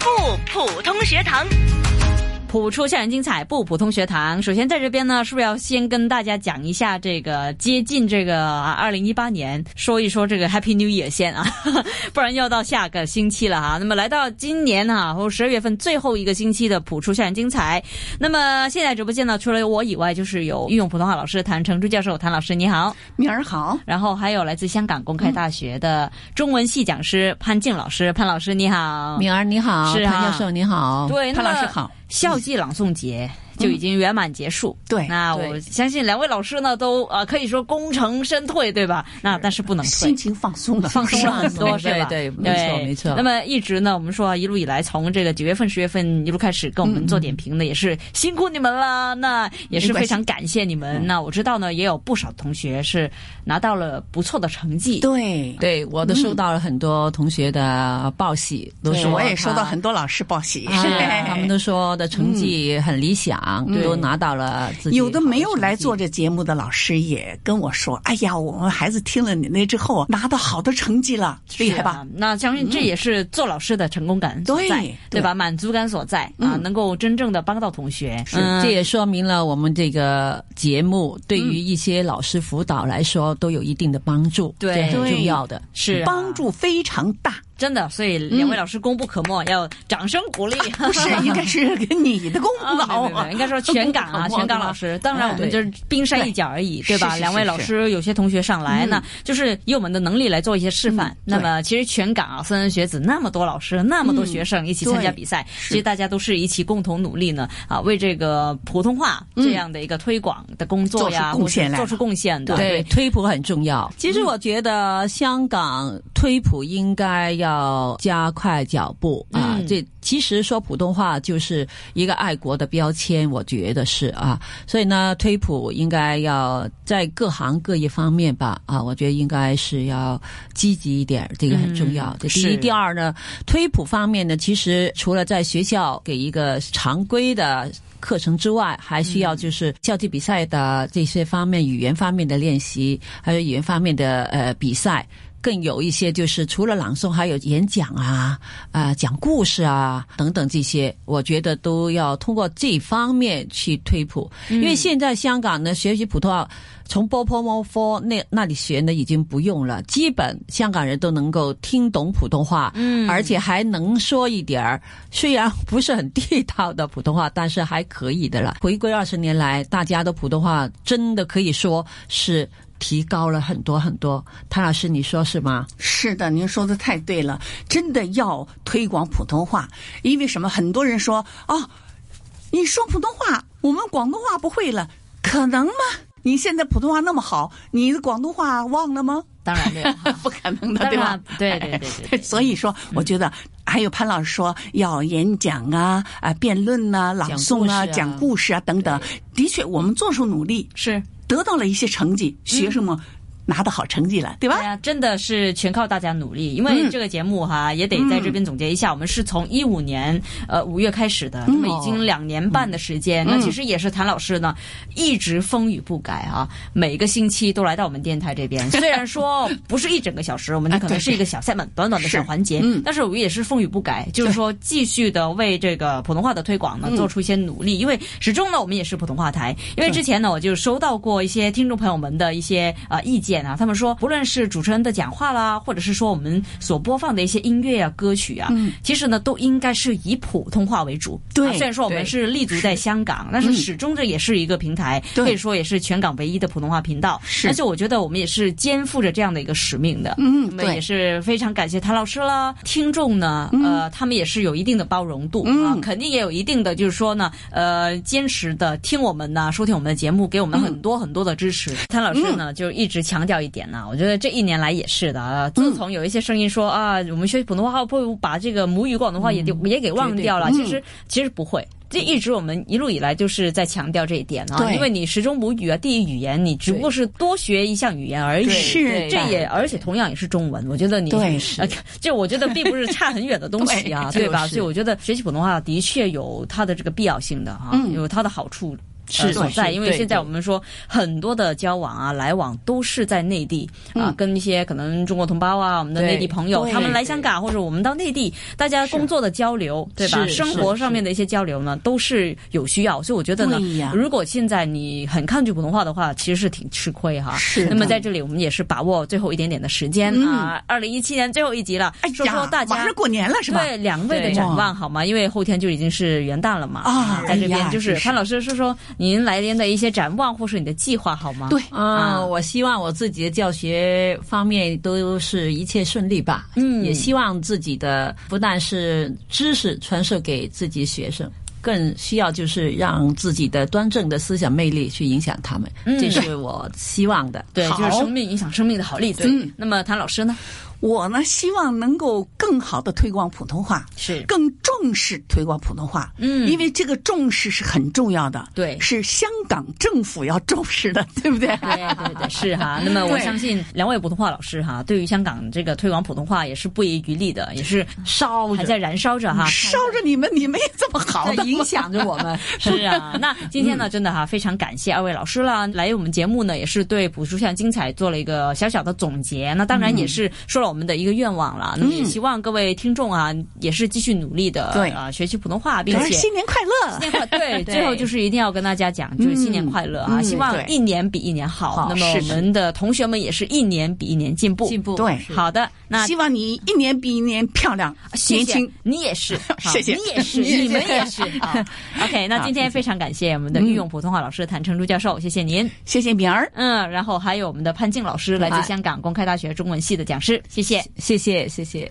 普通学堂。普出校园精彩不普通学堂。首先在这边呢，是不是要先跟大家讲一下这个接近这个二零一八年，说一说这个 Happy New Year 先啊， 不然要到下个星期了哈。那么来到今年哈、啊，十二月份最后一个星期的普出校园精彩。那么现在直播间呢，除了我以外，就是有御用普通话老师谭成珠教授，谭老师你好，敏儿好。然后还有来自香港公开大学的中文系讲师潘静老师，潘老师你好，敏儿你好，是啊潘教授你好，对潘那老么师好。校际朗诵节就已经圆满结束。嗯对那对我相信两位老师呢，都呃可以说功成身退，对吧？那但是不能退心。情放松了，放松了很 多，是对吧？对，没错没错。那么一直呢，我们说一路以来，从这个九月份、十月份一路开始跟我们做点评的，也是辛苦你们了。那也是非常感谢你嗯们。那我知道呢，也有不少同学是拿到了不错的成绩。对，对，我都收到了很多同学的报喜，都对啊说我也收到他很多老师报喜，啊是哎嗯他们都说的成绩很理想，都拿到了自己有的没有好来成绩做这节目的老师也跟我说：“哎呀，我们孩子听了你那之后，拿到好的成绩了，厉害是吧嗯啊？那相信这也是做老师的成功感所在，对嗯吧？对满足感所在、啊，能够真正的帮到同学。是，嗯这也说明了我们这个节目对于一些老师辅导来说都有一定的帮助，对这很对重要的。是啊帮助非常大。真的，所以两位老师功不可没，要掌声鼓励。不是，应该是给你的功啊， 没有劳没有没有应该说全 港 啊，全港老师，当然我们就是冰山一角而已，对是吧？是两位是老是师有些同学上来，那就是以我们的能力来做一些示范嗯。那对么其实全港啊，莘莘学子那么多老师，那么多学生一起参加比赛，其实大家都是一起共同努力呢，啊，为这个普通话这样的一个推广的工作呀，做出或贡献者来嗯做出贡献的，对，推普很重要。其实我觉得香港推普应该要加快脚步啊嗯。这其实说普通话就是一个爱国的标签，我觉得是啊。所以呢，推普应该要在各行各业方面吧啊，我觉得应该是要积极一点，这个很重要。这第是一，第二呢，推普方面呢，其实除了在学校给一个常规的课程之外，还需要就是校际比赛的这些方面、语言方面的练习，还有语言方面的呃比赛。更有一些就是除了朗诵，还有演讲啊、啊、讲故事啊等等这些，我觉得都要通过这方面去推普。因为现在香港呢，学习普通话从 b o p o m o f 那那里学呢已经不用了，基本香港人都能够听懂普通话，嗯，而且还能说一点儿，虽然不是很地道的普通话，但是还可以的了。回归二十年来，大家的普通话真的可以说是。提高了很多很多，谭老师，你说是吗？呃是的，您说的太对了，真的要推广普通话，因为什么？很多人说哦，你说普通话，我们广东话不会了，可能吗？你现在普通话那么好，你的广东话忘了吗？当然没 有。 不可能的，当对然吧？，对对对对对， 所以说，我觉得还有潘老师说要演讲啊、啊辩论呐、朗诵啊、讲故事啊讲故事啊等等，的确，我们做出努力，是。得到了一些成绩，学生们拿到好成绩了，对吧嗯对？哎呀、真的是全靠大家努力，因为这个节目哈，也得在这边总结一下，我们是从一五年呃五月开始嗯的，那么已经两年半的时间，那其实也是谭老师呢一直风雨不改啊，每个星期都来到我们电台这边，虽然说不是一整个小时，我们可能是一个小 segment 短短的小环节，但是我们也是风雨不改，就是说继续的为这个普通话的推广呢做出一些努力，因为始终呢我们也是普通话台，因为之前呢我就收到过一些听众朋友们的一些呃意见啊，他们说不论是主持人的讲话啦，或者是说我们所播放的一些音乐啊歌曲啊，其实呢都应该是以普通话为主，对啊虽然说我们对是立足在香港，但是始终这也是一个平台，对可以说也是全港唯一的普通话频道，是而且我觉得我们也是肩负着这样的一个使命的，嗯那么对也是非常感谢谭老师啦，听众呢，嗯呃，他们也是有一定的包容度、啊，肯定也有一定的就是说呢，呃，坚持的听我们呢，收听我们的节目，给我们很多很多的支嗯持。谭老师呢，就一直强调一点呢、我觉得这一年来也是的啊，自从有一些声音说啊，我们学普通话会不会把这个母语广东话也就、嗯也给忘掉了，其实其实不会。这一直我们一路以来就是在强调这一点啊，对因为你始终母语啊，第一语言，你只不过是多学一项语言而已。对是对这的也而且同样也是中文，我觉得你对呃，这我觉得并不是差很远的东西啊，对吧？就是所以我觉得学习普通话的确有它的这个必要性的啊，有它的好处。呃是所在，是因为对现在对我们说很多的交往啊、来往都是在内地啊，跟一些可能中国同胞啊、我们的嗯对内地朋友，对他们来对香港或者我们到内地，大家工作的交流，对吧？是生是活上面的一些交流呢，都是有需要，所以我觉得呢对呀，如果现在你很抗拒普通话的话，其实是挺吃亏哈。是的那么在这里，我们也是把握最后一点点的时间嗯啊，二零一七年最后一集了哎，说说呀，大马家上过年了是吧？对两位的展望好吗？因为后天就已经是元旦了嘛。啊在这哎边呀就是真是潘老师说说您来年的一些展望或是你的计划好吗？对啊、啊我希望我自己的教学方面都是一切顺利吧。嗯也希望自己的不但是知识传授给自己学生，更需要就是让自己的端正的思想魅力去影响他们，嗯这是我希望的。对，好就是生命影响生命的好例子。嗯那么谭老师呢？我呢，希望能够更好的推广普通话， 是更重视推广普通话。嗯因为这个重视是很重要的，对是香港政府要重视的， 对不对？对哎对对，是哈。那么我对相信两位普通话老师哈，对于香港这个推广普通话也是不遗余力的，也是烧着还在燃烧着哈。烧着你们，你们也这么好在的嗯影响着我 们。是啊，那今天呢，真的哈、非常感谢二位老师啦，来我们节目呢，也是对朴树像精彩做了一个小小的总结。那当嗯然也是说了我们的一个愿望啦，那么也希望各位听众啊，也是继续努力的，对啊，学习普通话，并来且。新年快乐！新年快 对，对最后就是一定要跟大家讲，就是新年快乐啊！嗯希望对一年比一年好。好那么我们的同学们也是一年比一年进步。进步对是好的，那希望你一年比一年漂亮、谢年谢轻。你也 是，好谢谢你也是，你也是你们也 是。好 OK，那今天非常感谢我们的御用普通话老师谭成珠教授，谢谢您。谢谢敏儿，嗯，然后还有我们的潘静老师，来自香港公开大学中文系的讲师，谢谢。谢谢，谢谢。